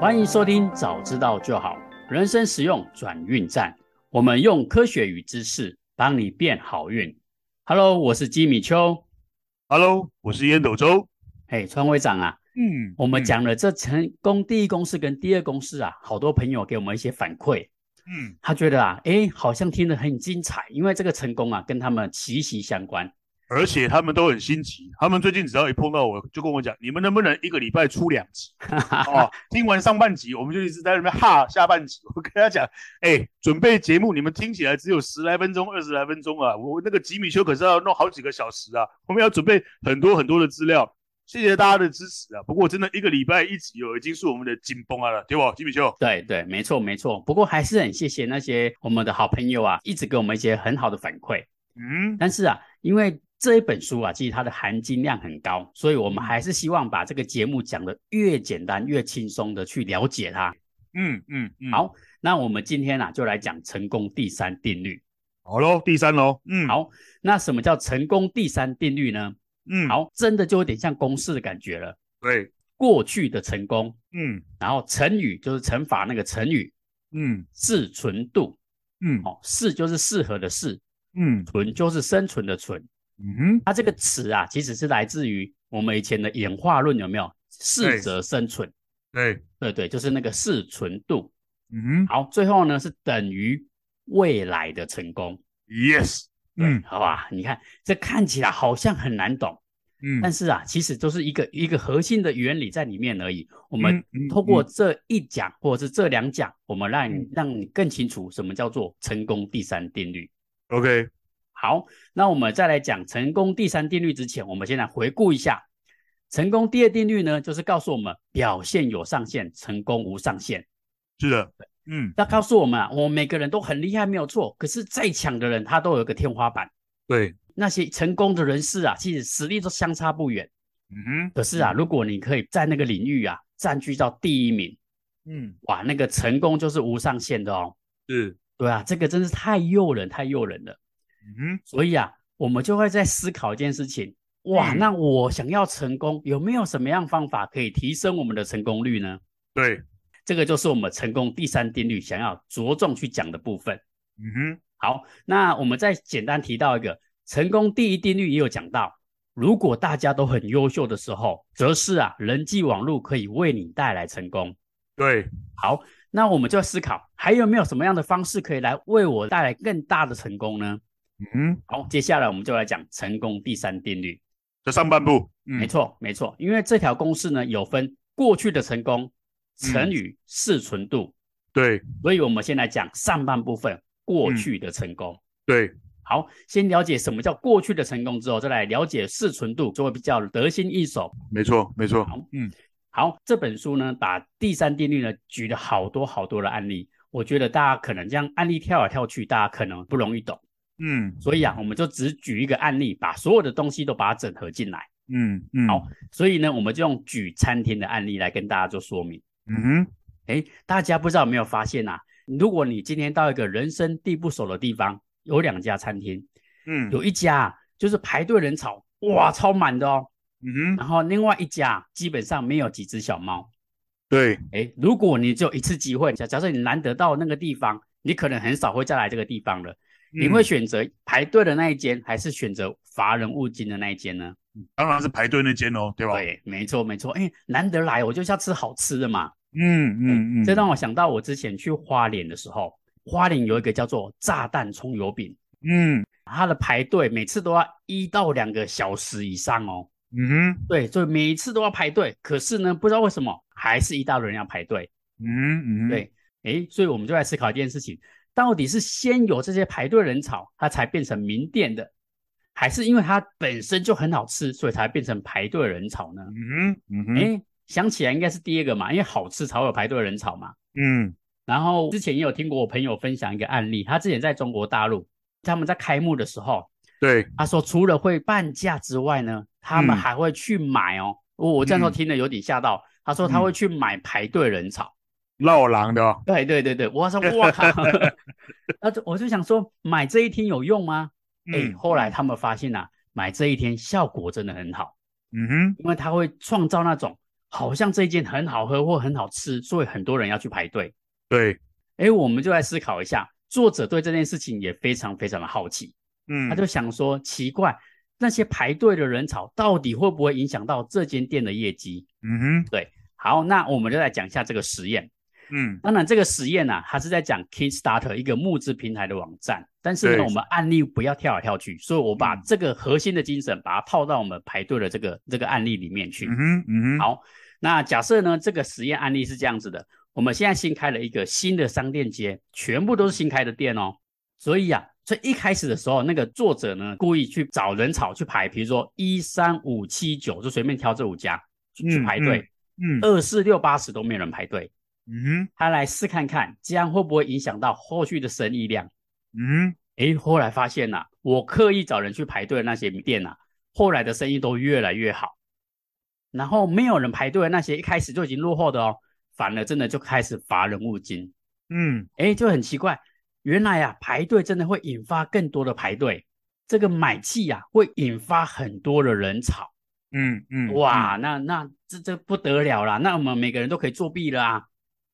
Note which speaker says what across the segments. Speaker 1: 欢迎收听《早知道就好》，人生实用转运站。我们用科学与知识帮你变好运。Hello，我是吉米秋。
Speaker 2: Hello，我是烟斗周。
Speaker 1: 嘿，川会长啊，
Speaker 2: 嗯，
Speaker 1: 我们
Speaker 2: 嗯，
Speaker 1: 讲了这成功第一公式跟第二公式啊，好多朋友给我们一些反馈，
Speaker 2: 嗯，
Speaker 1: 他觉得啊，诶，好像听得很精彩，因为这个成功啊，跟他们息息相关。
Speaker 2: 而且他们都很心急，他们最近只要一碰到我，就跟我讲，你们能不能一个礼拜出两 集？哦，听完上半集，我们就一直在那边哈下半集。我跟他讲，哎，准备节目，你们听起来只有十来分钟、二十来分钟啊，我那个吉米修可是要弄好几个小时啊，我们要准备很多很多的资料。谢谢大家的支持啊！不过真的一个礼拜一集哦，已经是我们的紧绷啊了，对不，吉米修？
Speaker 1: 对对，没错没错。不过还是很谢谢那些我们的好朋友啊，一直给我们一些很好的反馈。
Speaker 2: 嗯，
Speaker 1: 但是啊，因为这一本书啊，其实它的含金量很高，所以我们还是希望把这个节目讲得越简单、越轻松的去了解它。
Speaker 2: 嗯嗯嗯，
Speaker 1: 好那我们今天啊，就来讲成功第三定律。
Speaker 2: 好喽，第三喽，嗯，
Speaker 1: 好那什么叫成功第三定律呢？
Speaker 2: 嗯，，
Speaker 1: 好，真的就有点像公式的感觉了。
Speaker 2: 对，
Speaker 1: 过去的成功，
Speaker 2: 嗯
Speaker 1: 然后乘以就是乘法那个乘以
Speaker 2: 嗯
Speaker 1: 适存度，
Speaker 2: 嗯
Speaker 1: 哦，适就是适合的适，
Speaker 2: 嗯
Speaker 1: 存就是生存的存。
Speaker 2: 嗯
Speaker 1: 它这个词啊，其实是来自于我们以前的演化论，有没有？适者生存，
Speaker 2: 对，
Speaker 1: 对对，就是那个适存度。
Speaker 2: 嗯
Speaker 1: 好，最后呢是等于未来的成功。
Speaker 2: ，yes，
Speaker 1: 对
Speaker 2: 嗯
Speaker 1: 好吧，你看这看起来好像很难懂，但
Speaker 2: 嗯，
Speaker 1: 是啊，其实就是一个一个核心的原理在里面而已。我们
Speaker 2: 嗯嗯
Speaker 1: 透过这一讲或者是这两讲，我们让你
Speaker 2: 嗯
Speaker 1: 让你更清楚什么叫做成功第三定律。
Speaker 2: OK，
Speaker 1: 好，那我们再来讲成功第三定律之前，我们先来回顾一下成功第二定律呢，就是告诉我们表现有上限，成功无上限。
Speaker 2: 是的，嗯，
Speaker 1: 那告诉我们啊，我们每个人都很厉害，没有错。可是再强的人，他都有一个天花板。
Speaker 2: 对，
Speaker 1: 那些成功的人士啊，其实实力都相差不远。
Speaker 2: 嗯
Speaker 1: 可是啊，如果你可以在那个领域啊占据到第一名，
Speaker 2: 嗯，
Speaker 1: 哇，那个成功就是无上限的哦。
Speaker 2: 是，
Speaker 1: 对啊，这个真是太诱人，太诱人了。
Speaker 2: 嗯
Speaker 1: 所以啊，我们就会在思考一件事情：哇，
Speaker 2: 嗯
Speaker 1: 那我想要成功，有没有什么样方法可以提升我们的成功率呢？
Speaker 2: 对，
Speaker 1: 这个就是我们成功第三定律想要着重去讲的部分。
Speaker 2: 嗯哼，
Speaker 1: 好，那我们再简单提到一个成功第一定律，也有讲到，如果大家都很优秀的时候，则是啊，人际网络可以为你带来成功。
Speaker 2: 对，
Speaker 1: 好，那我们就要思考，还有没有什么样的方式可以来为我带来更大的成功呢？
Speaker 2: 嗯，
Speaker 1: 好，接下来我们就来讲成功第三定律。
Speaker 2: 这上半部，
Speaker 1: 没
Speaker 2: 嗯，
Speaker 1: 错，没错，因为这条公式呢有分过去的成功乘以适存度，
Speaker 2: 对
Speaker 1: 所以我们先来讲上半部分过去的成功。
Speaker 2: 对，
Speaker 1: 好，先了解什么叫过去的成功之后，再来了解适存度，就会比较得心应手。
Speaker 2: 没错没错，嗯
Speaker 1: 好，这本书呢把第三定律呢举了好多好多的案例，我觉得大家可能这样案例跳来跳去，大家可能不容易懂，
Speaker 2: 嗯
Speaker 1: 所以啊，我们就只举一个案例，把所有的东西都把它整合进来。
Speaker 2: 嗯嗯，
Speaker 1: 好，所以呢，我们就用举餐厅的案例来跟大家做说明。
Speaker 2: 嗯哼，
Speaker 1: 哎，大家不知道有没有发现啊？如果你今天到一个人生地不熟的地方，有两家餐厅，
Speaker 2: 嗯，
Speaker 1: 有一家啊就是排队人潮，哇，超满的哦。
Speaker 2: 嗯哼，
Speaker 1: 然后另外一家啊基本上没有几只小猫。
Speaker 2: 对，
Speaker 1: 哎，如果你只有一次机会，假假设你难得到那个地方，你可能很少会再来这个地方了。你
Speaker 2: 嗯
Speaker 1: 会选择排队的那一间，还是选择乏人勿近的那一间呢？
Speaker 2: 当然是排队那间哦，对吧？，
Speaker 1: 对，没错没错。哎，难得来，我就是要吃好吃的嘛。
Speaker 2: 嗯嗯嗯，
Speaker 1: 这让我想到我之前去花莲的时候，花莲有一个叫做炸弹葱油饼，
Speaker 2: 嗯
Speaker 1: 它的排队每次都要一到两个小时以上哦。
Speaker 2: 嗯哼，
Speaker 1: 对，所以每一次都要排队，可是呢，不知道为什么还是一大堆人要排队。
Speaker 2: 嗯嗯，，
Speaker 1: 对，诶，所以我们就来思考一件事情：到底是先有这些排队人潮，它才变成名店的，还是因为它本身就很好吃，所以才变成排队人潮呢？
Speaker 2: 嗯嗯哼，
Speaker 1: 诶，想起来应该是第一个嘛，因为好吃才会有排队人潮嘛。
Speaker 2: 嗯
Speaker 1: 然后之前也有听过我朋友分享一个案例，他之前在中国大陆，他们在开幕的时候，
Speaker 2: 对，
Speaker 1: 他说除了会半价之外呢，他们
Speaker 2: 嗯
Speaker 1: 还会去买哦。我我这样说
Speaker 2: 嗯
Speaker 1: 听了有点吓到，他说他会去买排队人潮。
Speaker 2: 绕狼的，
Speaker 1: 对对对对，我说我 靠，那就我就想说买这一天有用吗？哎、
Speaker 2: 嗯，
Speaker 1: 后来他们发现啊，买这一天效果真的很好，
Speaker 2: 嗯哼，
Speaker 1: 因为它会创造那种好像这一间很好喝或很好吃，所以很多人要去排队。
Speaker 2: 对，
Speaker 1: 哎，我们就来思考一下，作者对这件事情也非常非常的好奇，
Speaker 2: 嗯，
Speaker 1: 他就想说，奇怪，那些排队的人潮到底会不会影响到这间店的业绩？
Speaker 2: 嗯哼，
Speaker 1: 好，那我们就来讲一下这个实验。
Speaker 2: 嗯
Speaker 1: 当然，这个实验呢、啊，它是在讲 Kickstarter 一个募资平台的网站，但是呢，
Speaker 2: 对嗯
Speaker 1: 我们案例不要跳来跳去，所以我把这个核心的精神，把它套到我们排队的这个这个案例里面去。
Speaker 2: 嗯哼，嗯哼，
Speaker 1: 好，那假设呢，这个实验案例是这样子的：我们现在新开了一个新的商店街，全部都是新开的店哦。所以啊，所以一开始的时候，那个作者呢，故意去找人潮去排，比如说一三五七九，就随便挑这五家去去
Speaker 2: 嗯
Speaker 1: 排队，
Speaker 2: 嗯
Speaker 1: 二四六八十都没有人排队。
Speaker 2: 嗯哼，
Speaker 1: 他来试看看，这样会不会影响到后续的生意量？
Speaker 2: 嗯
Speaker 1: 诶，后来发现呐、我刻意找人去排队的那些店呐、后来的生意都越来越好。然后没有人排队的那些一开始就已经落后的哦，反而真的就开始乏人问津。
Speaker 2: 嗯，
Speaker 1: 诶，就很奇怪，原来啊排队真的会引发更多的排队，这个买气呀、会引发很多的人潮。
Speaker 2: 嗯嗯，
Speaker 1: 哇，那那这这不得了啦，那我们每个人都可以作弊了啊。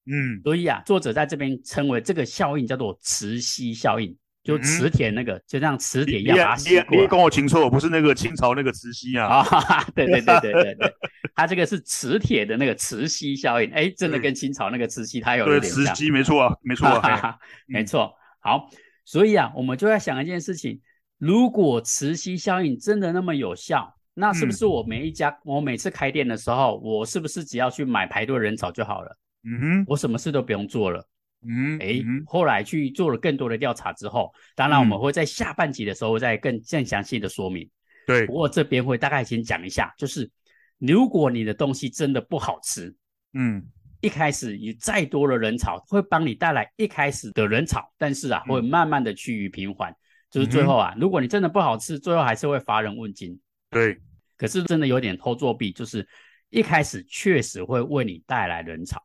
Speaker 2: 嗯，
Speaker 1: 所以啊，作者在这边称为这个效应叫做磁吸效应，就
Speaker 2: 嗯哼
Speaker 1: 磁铁那个，就像磁铁一
Speaker 2: 你你
Speaker 1: 样把它
Speaker 2: 你
Speaker 1: 吸 过
Speaker 2: 你
Speaker 1: 来。
Speaker 2: 跟我清楚，不是那个清朝那个慈禧啊，
Speaker 1: 啊、哈哈，对对对对对对，它这个是磁铁的那个磁吸效应，哎，真的
Speaker 2: 嗯
Speaker 1: 跟清朝那个磁吸它有
Speaker 2: 对，
Speaker 1: 一点
Speaker 2: 慈
Speaker 1: 像，
Speaker 2: 禧没错啊，没错
Speaker 1: 哈哈
Speaker 2: 啊，
Speaker 1: 哈，没错。好，所以啊，我们就在想一件事情：如果磁吸效应真的那么有效，那是不
Speaker 2: 嗯
Speaker 1: 是我每一家，我每次开店的时候，我是不是只要去买排队人潮就好了？
Speaker 2: 嗯哼，
Speaker 1: 我什么事都不用做了？
Speaker 2: 嗯，
Speaker 1: 诶，
Speaker 2: 嗯
Speaker 1: 后来去做了更多的调查之后，当然我们
Speaker 2: 嗯
Speaker 1: 会在下半集的时候再更更详细的说明。
Speaker 2: 对
Speaker 1: 不，过这边会大概先讲一下，就是如果你的东西真的不好吃，
Speaker 2: 嗯
Speaker 1: 一开始有再多的人潮会帮你带来一开始的人潮，但是啊
Speaker 2: 嗯
Speaker 1: 会慢慢的趋于平缓，就是最
Speaker 2: 嗯哼
Speaker 1: 后啊，如果你真的不好吃，最后还是会乏人问津。
Speaker 2: 对，
Speaker 1: 可是真的有点偷作弊，就是一开始确实会为你带来人潮。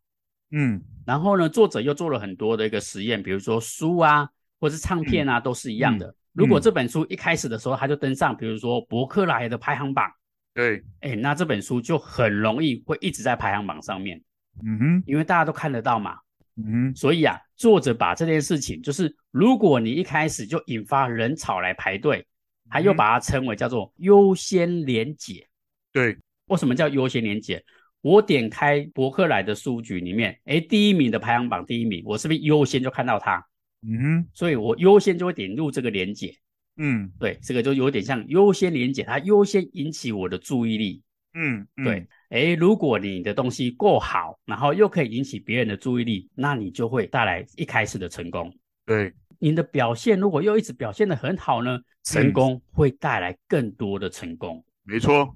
Speaker 2: 嗯
Speaker 1: 然后呢，作者又做了很多的一个实验，比如说书啊，或是唱片啊，都是一样的。如果这本书一开始的时候它就登上，比如说博客来的排行榜，
Speaker 2: 对，
Speaker 1: 哎，那这本书就很容易会一直在排行榜上面，
Speaker 2: 嗯哼
Speaker 1: 因为大家都看得到嘛。
Speaker 2: 嗯哼
Speaker 1: 所以啊，作者把这件事情，就是如果你一开始就引发人潮来排队，他又把它称为叫做优先连结。
Speaker 2: 对，
Speaker 1: 为什么叫优先连结？我点开博客来的书局里面，诶，第一名的排行榜第一名，我是不是优先就看到它？
Speaker 2: 嗯哼
Speaker 1: 所以我优先就会点入这个连结。
Speaker 2: 嗯
Speaker 1: 对，这个就有点像优先连结，它优先引起我的注意力。
Speaker 2: 嗯嗯
Speaker 1: 对，诶，如果你的东西够好，然后又可以引起别人的注意力，那你就会带来一开始的成功。
Speaker 2: 对，
Speaker 1: 你的表现如果又一直表现得很好呢，成功会带来更多的成功。
Speaker 2: 没错，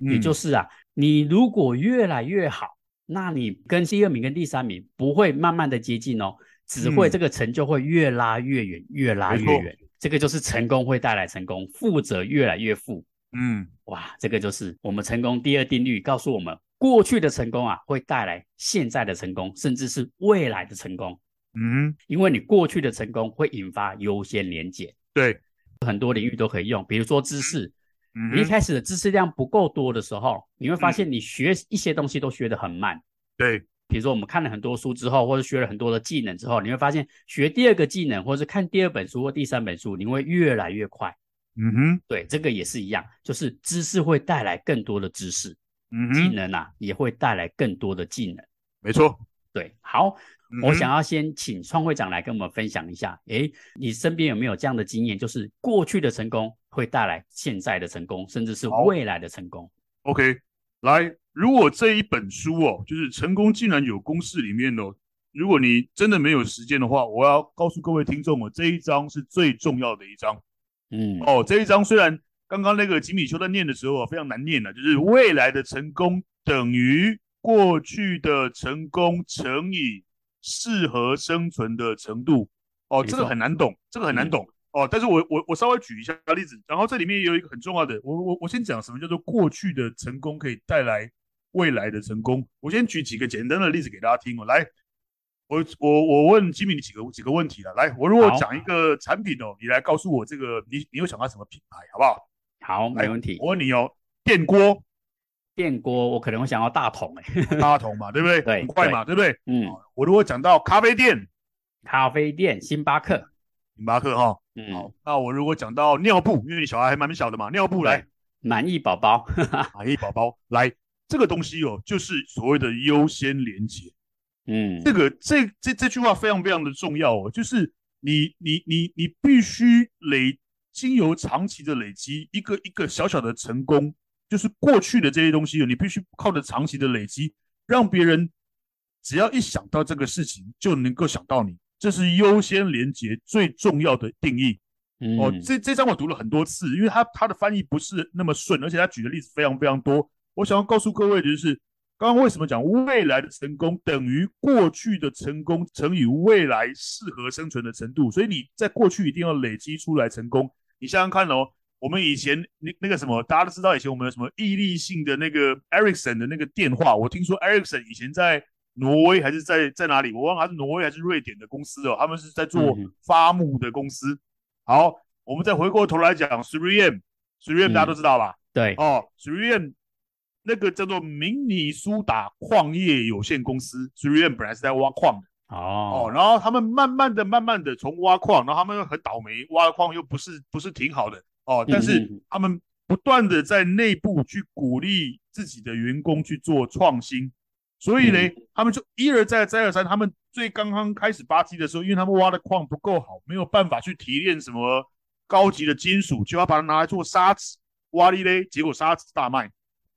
Speaker 1: 也
Speaker 2: 嗯
Speaker 1: 就是是啊，你如果越来越好，那你跟第二名跟第三名不会慢慢的接近哦，只会
Speaker 2: 嗯
Speaker 1: 这个成就会越拉越远，越拉
Speaker 2: 没
Speaker 1: 越
Speaker 2: 错
Speaker 1: 远。这个就是成功会带来成功，富者越来越富。
Speaker 2: 嗯
Speaker 1: 哇，这个就是我们成功第二定律告诉我们，过去的成功啊会带来现在的成功，甚至是未来的成功，
Speaker 2: 嗯哼
Speaker 1: 因为你过去的成功会引发优先连结，
Speaker 2: 对，
Speaker 1: 很多领域都可以用，比如说知识，
Speaker 2: 嗯
Speaker 1: 你一
Speaker 2: 哼
Speaker 1: 开始的知识量不够多的时候，你会发现你学一些东西都学得很慢。
Speaker 2: 对，
Speaker 1: 比如说，我们看了很多书之后，或者学了很多的技能之后，你会发现学第二个技能，或是看第二本书或第三本书，你会越来越快。
Speaker 2: 嗯哼
Speaker 1: 对，这个也是一样，就是知识会带来更多的知识，
Speaker 2: 嗯
Speaker 1: 技
Speaker 2: 哼，
Speaker 1: 能啊也会带来更多的技能。
Speaker 2: 没错，
Speaker 1: 对，好，
Speaker 2: 嗯
Speaker 1: 我
Speaker 2: 哼
Speaker 1: 想要先请创会长来跟我们分享一下，诶，你身边有没有这样的经验，就是过去的成功会带来现在的成功，甚至是
Speaker 2: 好
Speaker 1: 未来的成功？
Speaker 2: OK，来，如果这一本书哦，就是《成功竟然有公式》里面哦，如果你真的没有时间的话，我要告诉各位听众哦，这一章是最重要的一章
Speaker 1: 嗯，
Speaker 2: 哦。这一章虽然刚刚那个吉米丘在念的时候啊，非常难念的、就是未来的成功等于过去的成功乘以适合生存的程度哦，
Speaker 1: 没
Speaker 2: 这个
Speaker 1: 错
Speaker 2: 很难懂，这个很难
Speaker 1: 嗯
Speaker 2: 懂。哦，但是我我我稍微举一下例子，然后这里面也有一个很重要的，我我我先讲什么叫做过去的成功可以带来未来的成功。我先举几个简单的例子给大家听哦。来，我我我问吉米你几个几个问题了。来，我如果
Speaker 1: 好
Speaker 2: 讲一个产品哦，你来告诉我这个你你有想到什么品牌好不好？
Speaker 1: 好，
Speaker 2: 来
Speaker 1: 没问题。
Speaker 2: 我问你哦，电锅
Speaker 1: 电锅，我可能会想要大桶、欸，哎，
Speaker 2: 大桶嘛，对不对？
Speaker 1: 对
Speaker 2: 很快嘛，对不对？
Speaker 1: 嗯，
Speaker 2: 我如果讲到咖啡店，
Speaker 1: 咖啡店、星巴克，
Speaker 2: 星巴克哈，
Speaker 1: 嗯，
Speaker 2: 那我如果讲到尿布，因为你小孩还蛮小的嘛，尿布来，
Speaker 1: 满意宝宝，
Speaker 2: 满意宝宝来，这个东西哦，就是所谓的优先连接。
Speaker 1: 嗯，
Speaker 2: 这个这这这句话非常非常的重要哦，就是你你你你必须累，经由长期的累积，一个一个小小的成功，就是过去的这些东西，哦你必须靠着长期的累积，让别人只要一想到这个事情就能够想到你，这是优先连接最重要的定义。
Speaker 1: 嗯
Speaker 2: 哦，这这章我读了很多次，因为他他的翻译不是那么顺，而且他举的例子非常非常多。我想要告诉各位的就是，刚刚为什么讲未来的成功等于过去的成功乘以未来适合生存的程度，所以你在过去一定要累积出来成功。你想想看哦，我们以前那那个什么，大家都知道以前我们有什么毅力性的那个 Ericsson 的那个电话，我听说 Ericsson 以前在挪威还是在在哪里，我忘了他是挪威还是瑞典的公司哦，他们是在做
Speaker 1: 嗯哼
Speaker 2: 伐木的公司。好，我们再回过头来讲 3M，3M
Speaker 1: 嗯
Speaker 2: 大家都知道吧？
Speaker 1: 对，
Speaker 2: 哦，3M 那个叫做明尼苏达矿业有限公司，3M 本来是在挖矿的哦
Speaker 1: 哦，
Speaker 2: 然后他们慢慢的、慢慢的从挖矿，然后他们又很倒霉，挖的矿又不是不是挺好的哦，但是
Speaker 1: 嗯
Speaker 2: 他们不断的在内部去鼓励自己的员工去做创新，所以呢，
Speaker 1: 嗯
Speaker 2: 他们就一而再再而三，他们最刚刚开始巴基的时候，因为他们挖的矿不够好，没有办法去提炼什么高级的金属，就要把它拿来做砂纸，挖了一嘞，结果砂纸大卖，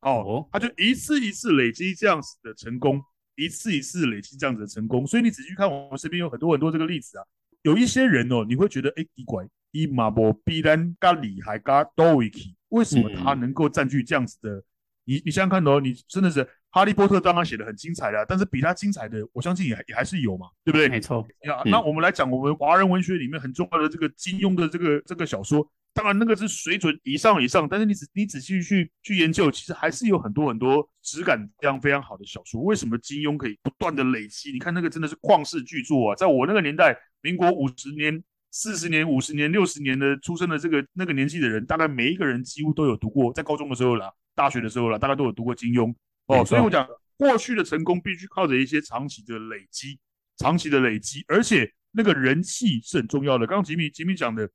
Speaker 2: 哦，
Speaker 1: 哦，
Speaker 2: 他就一次一次累积这样子的成功，一次一次累积这样子的成功。所以你仔细看，我们身边有很多很多这个例子啊。有一些人哦，你会觉得哎，奇怪，伊马波必然咖厉害咖多维奇，为什么他能够占据这样子的？你你想想看哦，你真的是哈利波特，当然写的很精彩啦，但是比他精彩的，我相信也还也还是有嘛，对不对？
Speaker 1: 没错，嗯
Speaker 2: 呀，啊那我们来讲我们华人文学里面很重要的这个金庸的这个这个小说，当然那个是水准以上以上，但是你仔你仔细去去研究，其实还是有很多很多质感非常非常好的小说。为什么金庸可以不断的累积？你看那个真的是旷世巨作啊，在我那个年代，民国五十年、四十年、五十年、六十年的出生的这个那个年纪的人，大概每一个人几乎都有读过，在高中的时候啦，大学的时候啦，大概都有读过金庸
Speaker 1: 没
Speaker 2: 哦。
Speaker 1: 错
Speaker 2: 所以我讲，过去的成功必须靠着一些长期的累积。长期的累积，而且那个人气是很重要的。刚刚吉米吉米讲的，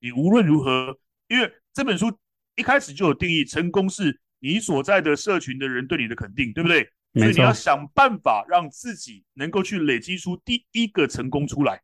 Speaker 2: 你无论如何，因为这本书一开始就有定义，成功是你所在的社群的人对你的肯定，对不对？所
Speaker 1: 没
Speaker 2: 以你要
Speaker 1: 错，
Speaker 2: 想办法让自己能够去累积出第一个成功出来。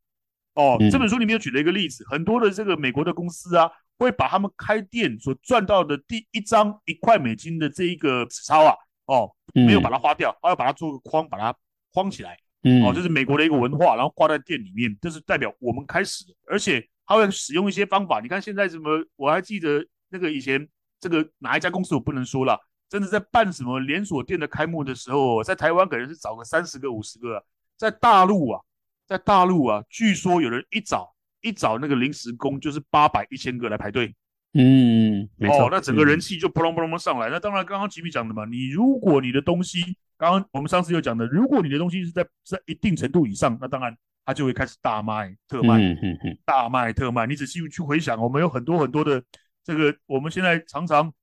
Speaker 2: 哦，
Speaker 1: 嗯
Speaker 2: 这本书里面有举了一个例子，很多的这个美国的公司啊，会把他们开店所赚到的第一张一块美金的这一个纸钞啊，哦，没有把
Speaker 1: 它，
Speaker 2: 它花掉，而要把它做个框，把它框起来。
Speaker 1: 嗯，
Speaker 2: 哦，这是美国的一个文化，然后挂在店里面，这是代表我们开始了，而且他会使用一些方法。你看现在什么，我还记得那个以前这个哪一家公司我不能说了，真的在办什么连锁店的开幕的时候，在台湾可能是找个三十个、五十个啊，在大陆啊，在大陆啊，据说有人一找一找那个临时工就是八百、一千个来排队。
Speaker 1: 嗯，没错，
Speaker 2: 哦，那整个人
Speaker 1: 嗯
Speaker 2: 气就扑隆扑隆上来。那当然，刚刚吉米讲的嘛，你如果你的东西，刚刚我们上次有讲的，如果你的东西是在是在一定程度以上，那当然它就会开始大卖、特卖、
Speaker 1: 嗯嗯嗯，
Speaker 2: 大卖、特卖。你仔细去回想，我们有很多很多的这个，我们现在常常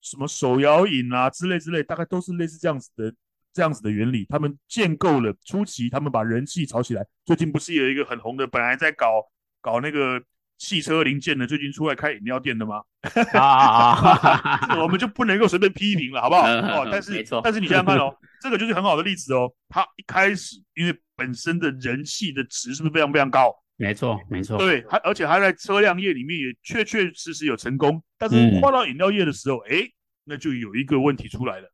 Speaker 2: 什么手摇饮啊之类之类，大概都是类似这样子的这样子的原理。他们建构了初期，他们把人气炒起来。最近不是有一个很红的，本来在搞搞那个汽车零件的，最近出来开饮料店的吗？
Speaker 1: 啊啊 啊
Speaker 2: 这个我们就不能够随便批评了，好不好？
Speaker 1: 嗯嗯
Speaker 2: 哦
Speaker 1: 嗯，
Speaker 2: 但
Speaker 1: 没
Speaker 2: 是
Speaker 1: 错
Speaker 2: 但是你想想看哦，这个就是很好的例子哦。他一开始因为本身的人气的值是不是非常非常高？
Speaker 1: 没错没错，
Speaker 2: 对，还而且还在车辆业里面也确确实实有成功，但
Speaker 1: 嗯
Speaker 2: 是跨到饮料业的时候，哎、那就有一个问题出来了。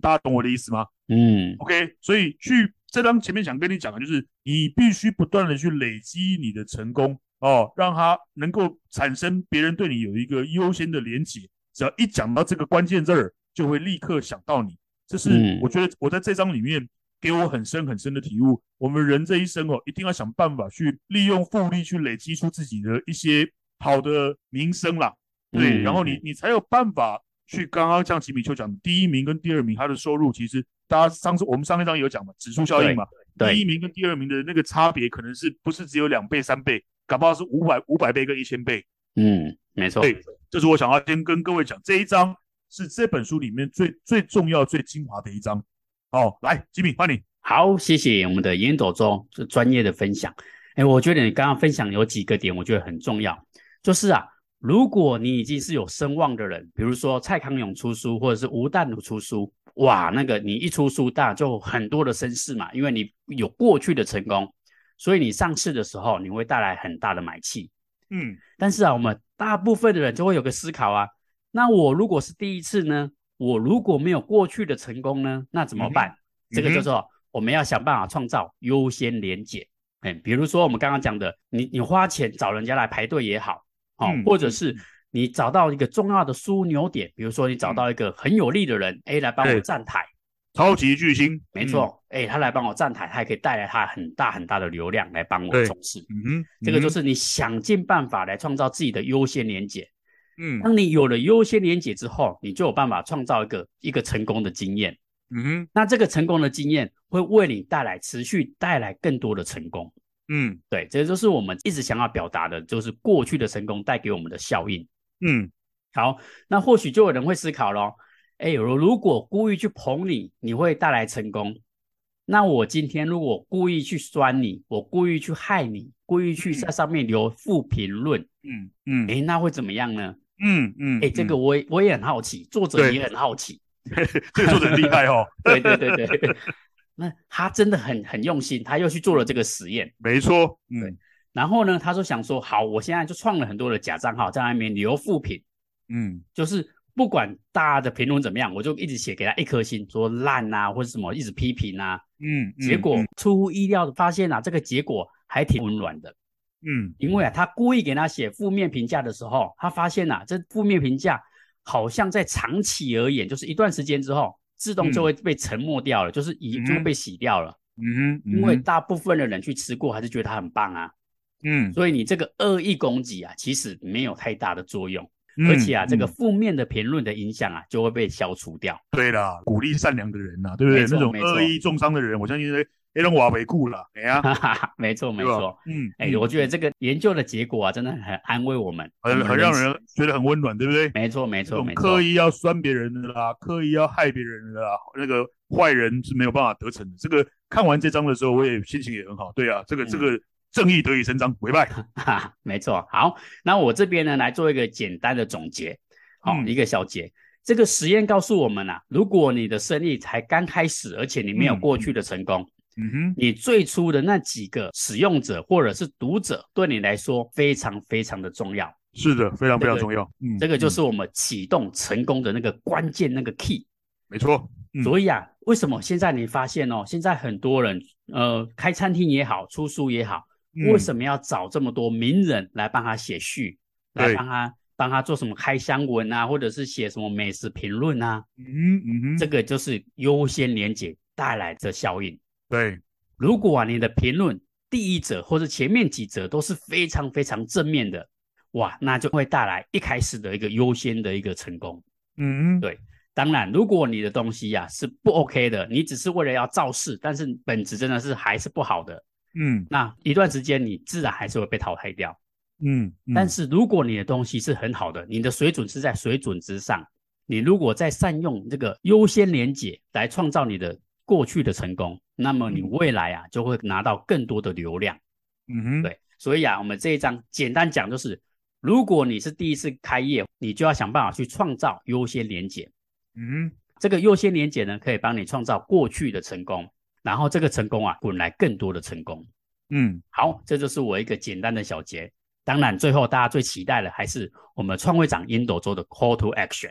Speaker 2: 大家懂我的意思吗
Speaker 1: 嗯
Speaker 2: ？OK，所以去这张前面想跟你讲的就是，你必须不断的去累积你的成功哦，让它能够产生别人对你有一个优先的连结。只要一讲到这个关键字儿，就会立刻想到你。这是
Speaker 1: 嗯
Speaker 2: 我觉得我在这章里面给我很深很深的体悟。我们人这一生哦，一定要想办法去利用复利去累积出自己的一些好的名声啦。对，
Speaker 1: 嗯
Speaker 2: 然后你你才有办法去刚刚像吉米丘讲的，第一名跟第二名他的收入，其实大家上次我们上一章有讲嘛，指数效应嘛，
Speaker 1: 对
Speaker 2: 第一名跟第二名的那个差别可能是不是只有两倍三倍，搞不好是五百五百倍跟一千倍。
Speaker 1: 嗯，没错，
Speaker 2: 对，这是我想要先跟各位讲这一章是这本书里面最最重要、最精华的一章。哦，来，吉米，换你。
Speaker 1: 好，谢谢我们的烟斗中这专业的分享。哎，我觉得你刚刚分享有几个点，我觉得很重要，就是啊，如果你已经是有声望的人，比如说蔡康永出书，或者是吴淡如出书，哇，那个你一出书，大就很多的声势嘛，因为你有过去的成功，所以你上市的时候，你会带来很大的买气。
Speaker 2: 嗯，
Speaker 1: 但是啊，我们大部分的人就会有个思考啊，那我如果是第一次呢，我如果没有过去的成功呢，那怎么办？这个
Speaker 2: 嗯
Speaker 1: 叫
Speaker 2: 哼
Speaker 1: 做我们要想办法创造优先连结。哎，比如说我们刚刚讲的，你你花钱找人家来排队也好，哦，
Speaker 2: 嗯
Speaker 1: 或者是你找到一个重要的枢纽点，比如说你找到一个很有利的人，哎、来帮我
Speaker 2: 嗯对嗯
Speaker 1: 站台，
Speaker 2: 超级巨星，
Speaker 1: 没错，哎、他来帮我站台，他也可以带来他很大很大的流量来帮我
Speaker 2: 对
Speaker 1: 冲刺。
Speaker 2: 嗯。嗯哼，
Speaker 1: 这个就
Speaker 2: 嗯
Speaker 1: 是你想尽办法来创造自己的优先连结。
Speaker 2: 嗯
Speaker 1: 当你有了优先连结之后，你就有办法创造一个一个成功的经验。
Speaker 2: 嗯哼
Speaker 1: 那这个成功的经验会为你带来持续带来更多的成功。
Speaker 2: 嗯
Speaker 1: 对，这就是我们一直想要表达的，就是过去的成功带给我们的效应。
Speaker 2: 嗯
Speaker 1: 好，那或许就有人会思考咯，哎，如如果故意去捧你，你会带来成功。那我今天如果故意去酸你，我故意去害你，故意去在上面留负评论，
Speaker 2: 嗯嗯
Speaker 1: 哎，那会怎么样呢？
Speaker 2: 嗯嗯，
Speaker 1: 哎，这个
Speaker 2: 嗯
Speaker 1: 我也我也很好奇，作者
Speaker 2: 对
Speaker 1: 也很好奇。
Speaker 2: 这个作者很厉害哦，
Speaker 1: 对对对对，那他真的很很用心，他又去做了这个实验。
Speaker 2: 没错，
Speaker 1: 对
Speaker 2: 嗯
Speaker 1: 然后呢，他就想说，好，我现在就创了很多的假账号在那边留负评，
Speaker 2: 嗯
Speaker 1: 就是不管大家的评论怎么样，我就一直写给他一颗星，说烂啊或者什么，一直批评啊。
Speaker 2: 嗯，
Speaker 1: 结果
Speaker 2: 嗯
Speaker 1: 出乎意料的发现啊，这个结果还挺温暖的，
Speaker 2: 嗯
Speaker 1: 因为啊，他故意给他写负面评价的时候，他发现啊，这负面评价好像在长期而言，就是一段时间之后，自动就
Speaker 2: 嗯
Speaker 1: 会被沉没掉了，就是一就会
Speaker 2: 嗯
Speaker 1: 被洗掉了。
Speaker 2: 嗯哼，
Speaker 1: 因为
Speaker 2: 嗯哼
Speaker 1: 大部分的人去吃过，还是觉得它很棒啊。
Speaker 2: 嗯，
Speaker 1: 所以你这个恶意攻击啊，其实没有太大的作用，而且啊，
Speaker 2: 嗯
Speaker 1: 这个
Speaker 2: 嗯
Speaker 1: 负面的评论的影响啊，就会被消除掉。
Speaker 2: 对啦，鼓励善良的人呐，对不对
Speaker 1: 没？错
Speaker 2: 那种
Speaker 1: 没错
Speaker 2: 恶意重伤的人，我相信黑人瓦维固了，哎 呀，
Speaker 1: 哈哈哈，没错没
Speaker 2: 对吧
Speaker 1: 错。，
Speaker 2: 嗯，
Speaker 1: 哎，
Speaker 2: 嗯
Speaker 1: 我觉得这个研究的结果啊，真的很安慰我们，我
Speaker 2: 很
Speaker 1: 们
Speaker 2: 很让
Speaker 1: 人
Speaker 2: 人觉得很温暖，对不对？
Speaker 1: 没错没
Speaker 2: 这
Speaker 1: 错
Speaker 2: 种
Speaker 1: 没错
Speaker 2: 刻，意要酸别人的啦，刻意要害别人的啦，那个坏人是没有办法得逞的。这个看完这章的时候，我也心情也很好。对啊，这个、这
Speaker 1: 嗯
Speaker 2: 个正义得以伸张，回拜。
Speaker 1: 哈哈，没错。好，那我这边呢来做一个简单的总结，好、
Speaker 2: 嗯
Speaker 1: 一个小结。这个实验告诉我们啊，如果你的生意才刚开始，而且你没有
Speaker 2: 嗯
Speaker 1: 过去的成功，
Speaker 2: 嗯哼，
Speaker 1: 你最初的那几个使用者或者是读者，对你来说非常非常的重要。
Speaker 2: 是的，非常非
Speaker 1: 这
Speaker 2: 常
Speaker 1: 个
Speaker 2: 重要。嗯，
Speaker 1: 这个就
Speaker 2: 嗯
Speaker 1: 是我们启动成功的那个关键那个 key。
Speaker 2: 没错。嗯
Speaker 1: 所以啊，为什么现在你发现哦，现在很多人呃开餐厅也好，出书也好，为什
Speaker 2: 么？
Speaker 1: 么要找这么多名人来帮他写序，来
Speaker 2: 对
Speaker 1: 帮他帮他做什么开箱文啊，或者是写什么美食评论啊？
Speaker 2: 嗯嗯哼，
Speaker 1: 这个就是优先连接带来的效应。
Speaker 2: 对，
Speaker 1: 如果啊你的评论第一则或者前面几则都是非常非常正面的，哇，那就会带来一开始的一个优先的一个成功。
Speaker 2: 嗯哼
Speaker 1: 对当然，如果你的东西呀、是不 OK 的，你只是为了要造势，但是本质真的是还是不好的，
Speaker 2: 嗯
Speaker 1: 那一段时间你自然还是会被淘汰掉。
Speaker 2: 嗯，嗯
Speaker 1: 但是如果你的东西是很好的，你的水准是在水准之上，你如果在善用这个优先连接来创造你的过去的成功，那么你
Speaker 2: 嗯
Speaker 1: 未来啊就会拿到更多的流量。
Speaker 2: 嗯哼，
Speaker 1: 对，所以啊，我们这一章简单讲就是，如果你是第一次开业，你就要想办法去创造优先连接。
Speaker 2: 嗯哼，
Speaker 1: 这个优先连接呢，可以帮你创造过去的成功，然后这个成功啊，滚来更多的成功。
Speaker 2: 嗯
Speaker 1: 好，这就是我一个简单的小结。当然，最后大家最期待的还是我们创会长烟斗周的 Call to Action。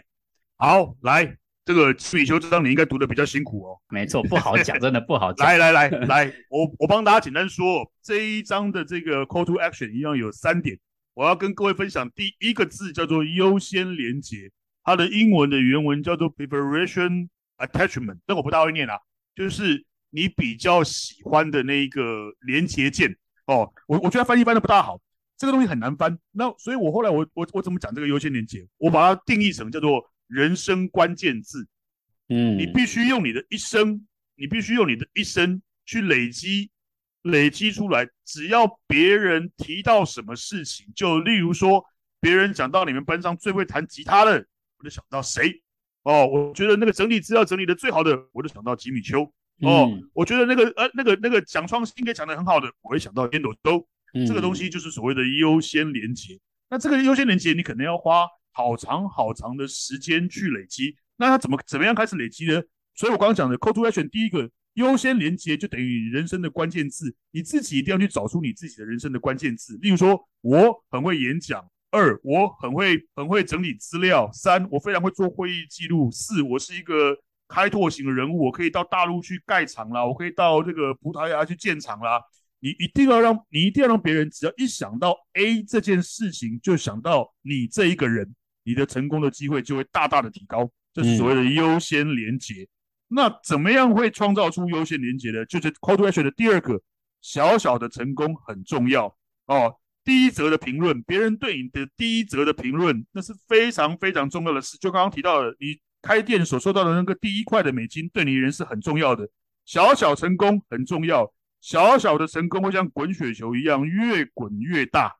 Speaker 2: 好，来，这个《赤羽修这章你应该读的比较辛苦哦。
Speaker 1: 没错，不好 讲，真的不好讲。
Speaker 2: 来来来 来，我我帮大家简单说这一章的这个 call to action 一样有三点，我要跟各位分享。第一个字叫做优先连接，它的英文的原文叫做 preparation attachment，但我不大会念啊，就是你比较喜欢的那一个连接键哦。我我觉得翻译翻的不大好，这个东西很难翻。那所以我后来我我我怎么讲这个优先连接？我把它定义成叫做人生关键字。
Speaker 1: 嗯，
Speaker 2: 你必须用你的一生，你必须用你的一生去累积，累积出来。只要别人提到什么事情，就例如说别人讲到你们班上最会弹吉他的，我就想到谁，哦，我觉得那个整理资料整理的最好的，我就想到吉米邱。哦，
Speaker 1: 嗯
Speaker 2: 我觉得那个呃那个那个讲创新给讲的很好的，我会想到烟斗周。
Speaker 1: 嗯
Speaker 2: 这个东，西就是所谓的优先连接。那这个优先连接，你可能要花好长好长的时间去累积。那它怎么怎么样开始累积呢？所以我刚刚讲的 call to action，第一个优先连接就等于你人生的关键字，你自己一定要去找出你自己的人生的关键字。例如说，我很会演讲；二，我很会很会整理资料；三，我非常会做会议记录；四，我是一个开拓型的人物，我可以到大陆去盖厂啦，我可以到这个葡萄牙去建厂啦。你一定要让你一定要让别人，只要一想到 A 这件事情，就想到你这一个人，你的成功的机会就会大大的提高。这是所谓的优先连接。那怎么样会创造出优先连接呢？就是 call to action 的第二个，小小的成功很重要哦。第一则的评论，别人对你的第一则的评论，那是非常非常重要的事。就刚刚提到的，你开店所收到的那个第一块的美金，对你人是很重要的。小小成功很重要，小小的成功会像滚雪球一样越滚越大。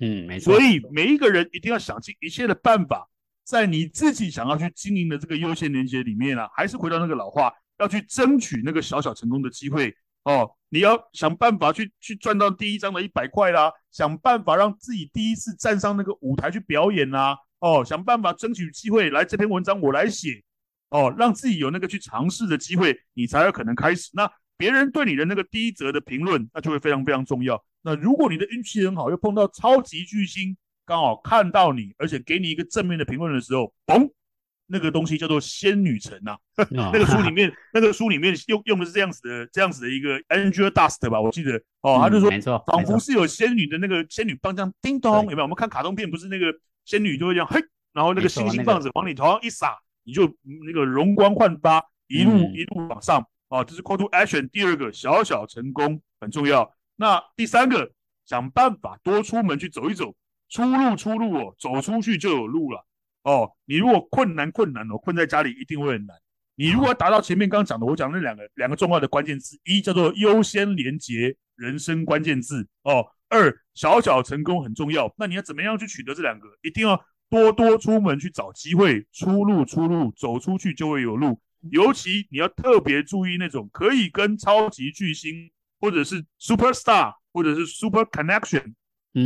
Speaker 1: 嗯，没错，
Speaker 2: 所以每一个人一定要想尽一切的办法，在你自己想要去经营的这个优先连接里面啊，还是回到那个老话，要去争取那个小小成功的机会哦。你要想办法去去赚到第一张的一百块啦，想办法让自己第一次站上那个舞台去表演啦，哦，想办法争取机会来这篇文章我来写，哦，让自己有那个去尝试的机会，你才有可能开始。那别人对你的那个第一则的评论，那就会非常非常重要。那如果你的运气很好，又碰到超级巨星，刚好看到你，而且给你一个正面的评论的时候，嘣，那个东西叫做仙女城啊。
Speaker 1: 那
Speaker 2: 那个书里面，那个书里面用用的是这样子的，这样子的一个 Angel Dust 吧，我记得哦，他就说
Speaker 1: 没错，
Speaker 2: 仿
Speaker 1: 没
Speaker 2: 佛
Speaker 1: 错
Speaker 2: 是有仙女的那个仙女棒这样叮咚，有
Speaker 1: 对
Speaker 2: 没有？我们看卡通片不是那个仙女就会这样嘿，然后那个
Speaker 1: 没错
Speaker 2: 星星
Speaker 1: 那个
Speaker 2: 棒子往你头上一撒，你就嗯那个容光焕发，一路、
Speaker 1: 嗯
Speaker 2: 一路往上啊！这是 call to action 第二个小小成功很重要。那第三个，想办法多出门去走一走，出路出路哦，走出去就有路了哦。你如果困难困难哦，困在家里一定会很难。你如果要达到前面刚刚讲的，我讲那两个两个重要的关键字，一叫做优先连接人生关键字哦，二小小成功很重要。那你要怎么样去取得这两个？一定要多多出门去找机会，出路出路，走出去就会有路。尤其你要特别注意那种可以跟超级巨星或者是 super star 或者是 super connection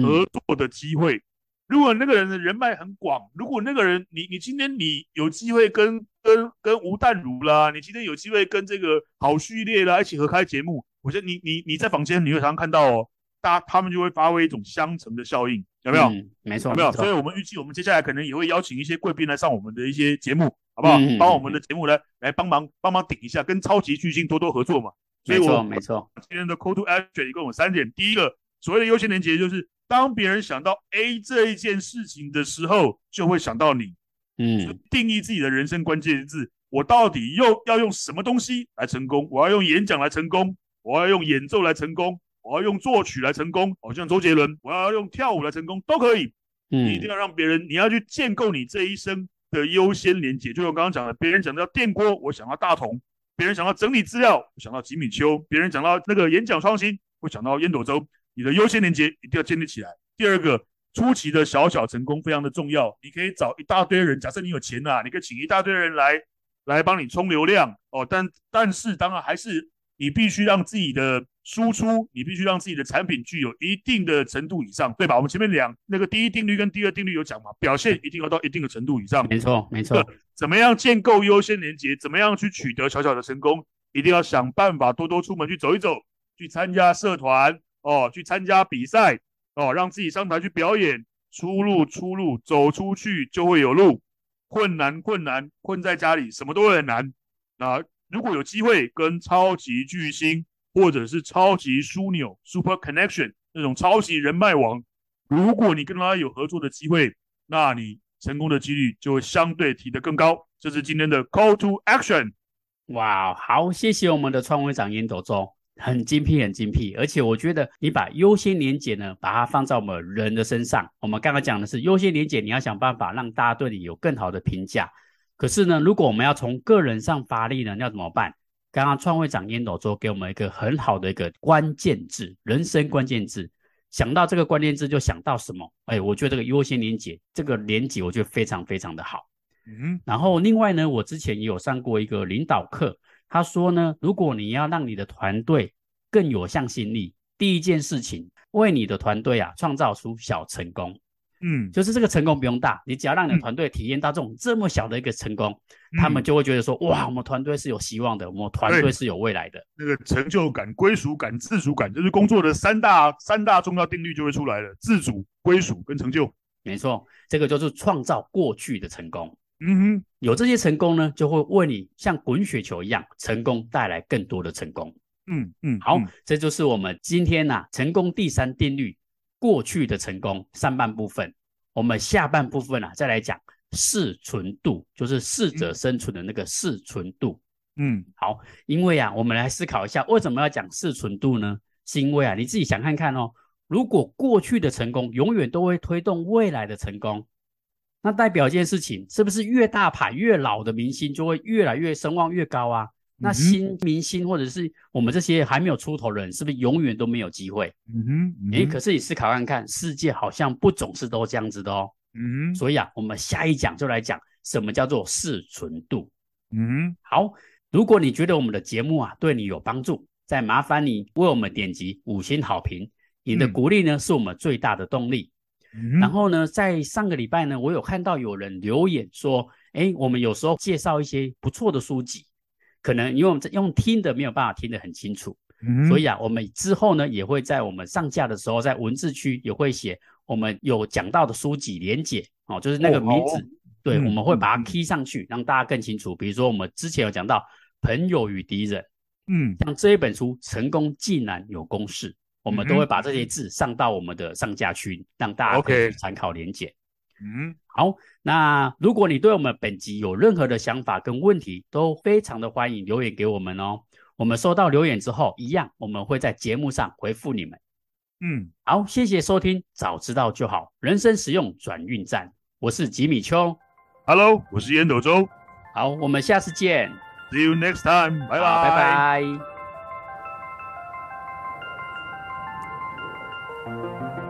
Speaker 2: 合
Speaker 1: 嗯，
Speaker 2: 作的机会。如果那个人的人脉很广，如果那个人你你今天你有机会跟跟跟吴淡如啦，你今天有机会跟这个好序列啦一起合开节目，我觉得你你你在房间你会常常看到哦，大家他们就会发挥一种相乘的效应，有
Speaker 1: 有
Speaker 2: 没有？？
Speaker 1: 嗯没错，
Speaker 2: 有没有？
Speaker 1: 错
Speaker 2: 所以我们预计我们接下来可能也会邀请一些贵宾来上我们的一些节目，好不好
Speaker 1: 嗯嗯？
Speaker 2: 帮我们的节目来来帮忙帮忙顶一下，跟超级巨星多多合作嘛。所以
Speaker 1: 没错，
Speaker 2: 我
Speaker 1: 没错，
Speaker 2: 今天的 call to action 一共有三点。第一个，所谓的优先连接，就是当别人想到 A 这一件事情的时候，就会想到你。
Speaker 1: 嗯，
Speaker 2: 定义自己的人生关键字，我到底又要用什么东西来成功？我要用演讲来成功，我要用演奏来成功，我要用作曲来成功，好像周杰伦，我要用跳舞来成功，都可以。你一定
Speaker 1: 嗯，
Speaker 2: 要让别人，你要去建构你这一生的优先连接。就像我刚刚讲的，别人讲到电锅，我想到大同；别人想到整理资料，我想到吉米秋；别人讲到那个演讲创新，我想到烟斗周。你的优先连接一定要建立起来。第二个，初期的小小成功非常的重要，你可以找一大堆人，假设你有钱啊，你可以请一大堆人来来帮你充流量哦。但但是当然还是你必须让自己的输出，你必须让自己的产品具有一定的程度以上，对吧？我们前面两那个第一定律跟第二定律有讲嘛，表现一定要到一定的程度以上。
Speaker 1: 没错，没错，
Speaker 2: 怎么样建构优先连接，怎么样去取得小小的成功，一定要想办法多多出门去走一走，去参加社团哦，去参加比赛哦，让自己上台去表演，出路出路，走出去就会有路。困难困难，困在家里什么都会很难。那如果有机会跟超级巨星或者是超级枢纽 （Super Connection） 那种超级人脉网，如果你跟他有合作的机会，那你成功的几率就会相对提得更高。这是今天的 Call to Action。
Speaker 1: 哇，好，谢谢我们的创会长烟斗周，很精辟，很精辟。而且我觉得你把优先连结呢，把它放在我们人的身上。我们刚刚讲的是优先连结，你要想办法让大家对你有更好的评价。可是呢，如果我们要从个人上发力呢，要怎么办？刚刚创会长烟斗周给我们一个很好的一个关键字，人生关键字。想到这个关键字，就想到什么？哎，我觉得这个优先连结，这个连结，我觉得非常非常的好。
Speaker 2: 嗯
Speaker 1: 然后另外呢，我之前也有上过一个领导课，他说呢，如果你要让你的团队更有向心力，第一件事情，为你的团队啊创造出小成功，
Speaker 2: 嗯，
Speaker 1: 就是这个成功不用大，你只要让你的
Speaker 2: 嗯
Speaker 1: 团队体验到这种这么小的一个成功，他们
Speaker 2: 嗯
Speaker 1: 就会觉得说，哇，我们团队是有希望的，我们团
Speaker 2: 对
Speaker 1: 队是有未来的。
Speaker 2: 那个成就感、归属感、自主感，就是工作的三大三大重要定律就会出来了：自主、归属跟成就。
Speaker 1: 没错，这个就是创造过去的成功。
Speaker 2: 嗯哼，
Speaker 1: 有这些成功呢，就会为你像滚雪球一样，成功带来更多的成功。
Speaker 2: 嗯嗯，
Speaker 1: 好，
Speaker 2: 嗯
Speaker 1: 这就是我们今天呐、成功第三定律过去的成功上半部分，我们下半部分啊再来讲适存度，就是适者生存的那个适存度。
Speaker 2: 嗯
Speaker 1: 因为啊，我们来思考一下，为什么要讲适存度呢？是因为啊，你自己想看看哦，如果过去的成功永远都会推动未来的成功，那代表一件事情，是不是越大牌越老的明星就会越来越声望越高啊？那
Speaker 2: 嗯哼
Speaker 1: 新明星或者是我们这些还没有出头的人，是不是永远都没有机会？
Speaker 2: 嗯哼，嗯
Speaker 1: 诶，
Speaker 2: 哼
Speaker 1: 可是你思考看看，世界好像不总是都这样子的哦。
Speaker 2: 嗯哼
Speaker 1: 所以啊，我们下一讲就来讲什么叫做适存度。
Speaker 2: 嗯
Speaker 1: 好，如果你觉得我们的节目啊对你有帮助，再麻烦你为我们点击五星好评，你的
Speaker 2: 嗯
Speaker 1: 鼓励呢是我们最大的动力。
Speaker 2: 哼，
Speaker 1: 然后呢，在上个礼拜呢，我有看到有人留言说，哎，我们有时候介绍一些不错的书籍，可能因为我们在用听的没有办法听得很清楚，
Speaker 2: 嗯，
Speaker 1: 所以啊，我们之后呢也会在我们上架的时候，在文字区也会写我们有讲到的书籍连结哦，就是那个
Speaker 2: 哦好
Speaker 1: 名
Speaker 2: 哦
Speaker 1: 字，对，
Speaker 2: 嗯
Speaker 1: 我们会把
Speaker 2: 嗯
Speaker 1: 它
Speaker 2: 嗯
Speaker 1: key 上去，让大家更清楚。比如说我们之前有讲到《朋友与敌人》，
Speaker 2: 嗯
Speaker 1: 像这一本书《成功竟然有公式》，我们
Speaker 2: 嗯哼
Speaker 1: 都会把这些字上到我们的上架区，让大家可以
Speaker 2: OK
Speaker 1: 去参考连结。
Speaker 2: 嗯
Speaker 1: 好，那如果你对我们本集有任何的想法跟问题，都非常的欢迎留言给我们哦。我们收到留言之后，一样我们会在节目上回复你们。
Speaker 2: 嗯，
Speaker 1: 好，谢谢收听，早知道就好，人生实用转运站，我是吉米秋。
Speaker 2: ，Hello，我是烟斗周
Speaker 1: 好，我们下次见，
Speaker 2: ，See you next time，拜
Speaker 1: 好
Speaker 2: 拜
Speaker 1: 拜。拜。